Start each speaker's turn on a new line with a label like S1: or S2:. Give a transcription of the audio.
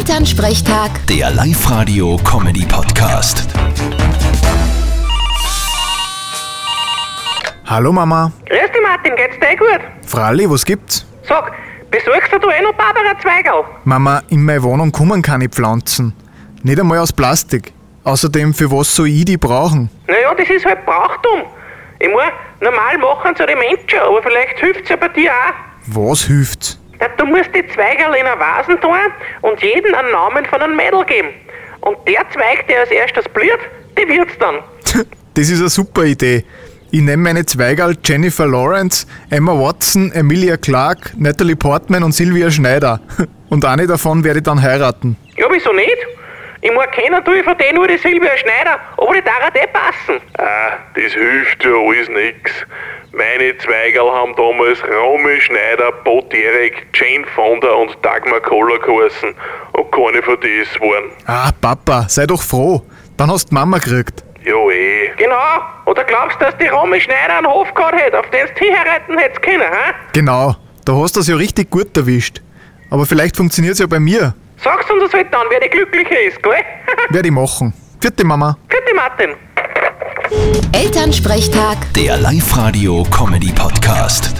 S1: Elternsprechtag,
S2: Der Live-Radio-Comedy-Podcast.
S3: Hallo Mama.
S4: Grüß dich, Martin, geht's dir eh gut?
S3: Fralli, was gibt's?
S4: Sag, besorgst du eh noch Barbara Zweigau?
S3: Mama, in meine Wohnung kommen keine Pflanzen. Nicht einmal aus Plastik. Außerdem, für was soll ich die brauchen?
S4: Naja, das ist halt Brauchtum. Ich mein, normal machen sie die Menschen, aber vielleicht hilft's ja bei dir auch.
S3: Was hilft's?
S4: Na, du musst die Zweigerl in einen Vasen tun und jeden einen Namen von einem Mädel geben. Und der Zweig, der als erstes blüht, die wird's dann.
S3: Das ist eine super Idee. Ich nehme meine Zweigerl Jennifer Lawrence, Emma Watson, Emilia Clarke, Natalie Portman und Sylvia Schneider. Und eine davon werde ich dann heiraten.
S4: Ja, wieso nicht? Ich mein, kennen tue ich von denen nur die Silvia Schneider, aber die darf eh passen.
S5: Ah, das hilft ja alles nix. Meine Zweigerl haben damals Romy Schneider, Bo Derek, Jane Fonda und Dagmar Koller geheißen und keine von dies waren.
S3: Ah, Papa, sei doch froh. Dann hast du Mama gekriegt.
S5: Ja eh.
S4: Genau, oder glaubst du, dass die Romy Schneider einen Hof gehabt hätte, auf den du hinreiten hättest können, hä?
S3: Genau, da hast du das ja richtig gut erwischt. Aber vielleicht funktioniert's ja bei mir.
S4: Sag's uns das halt dann, wer die Glückliche ist, gell?
S3: Werde ich machen. Vierte Mama.
S4: eh? Gute Martin.
S1: Elternsprechtag.
S2: Der Live-Radio-Comedy-Podcast.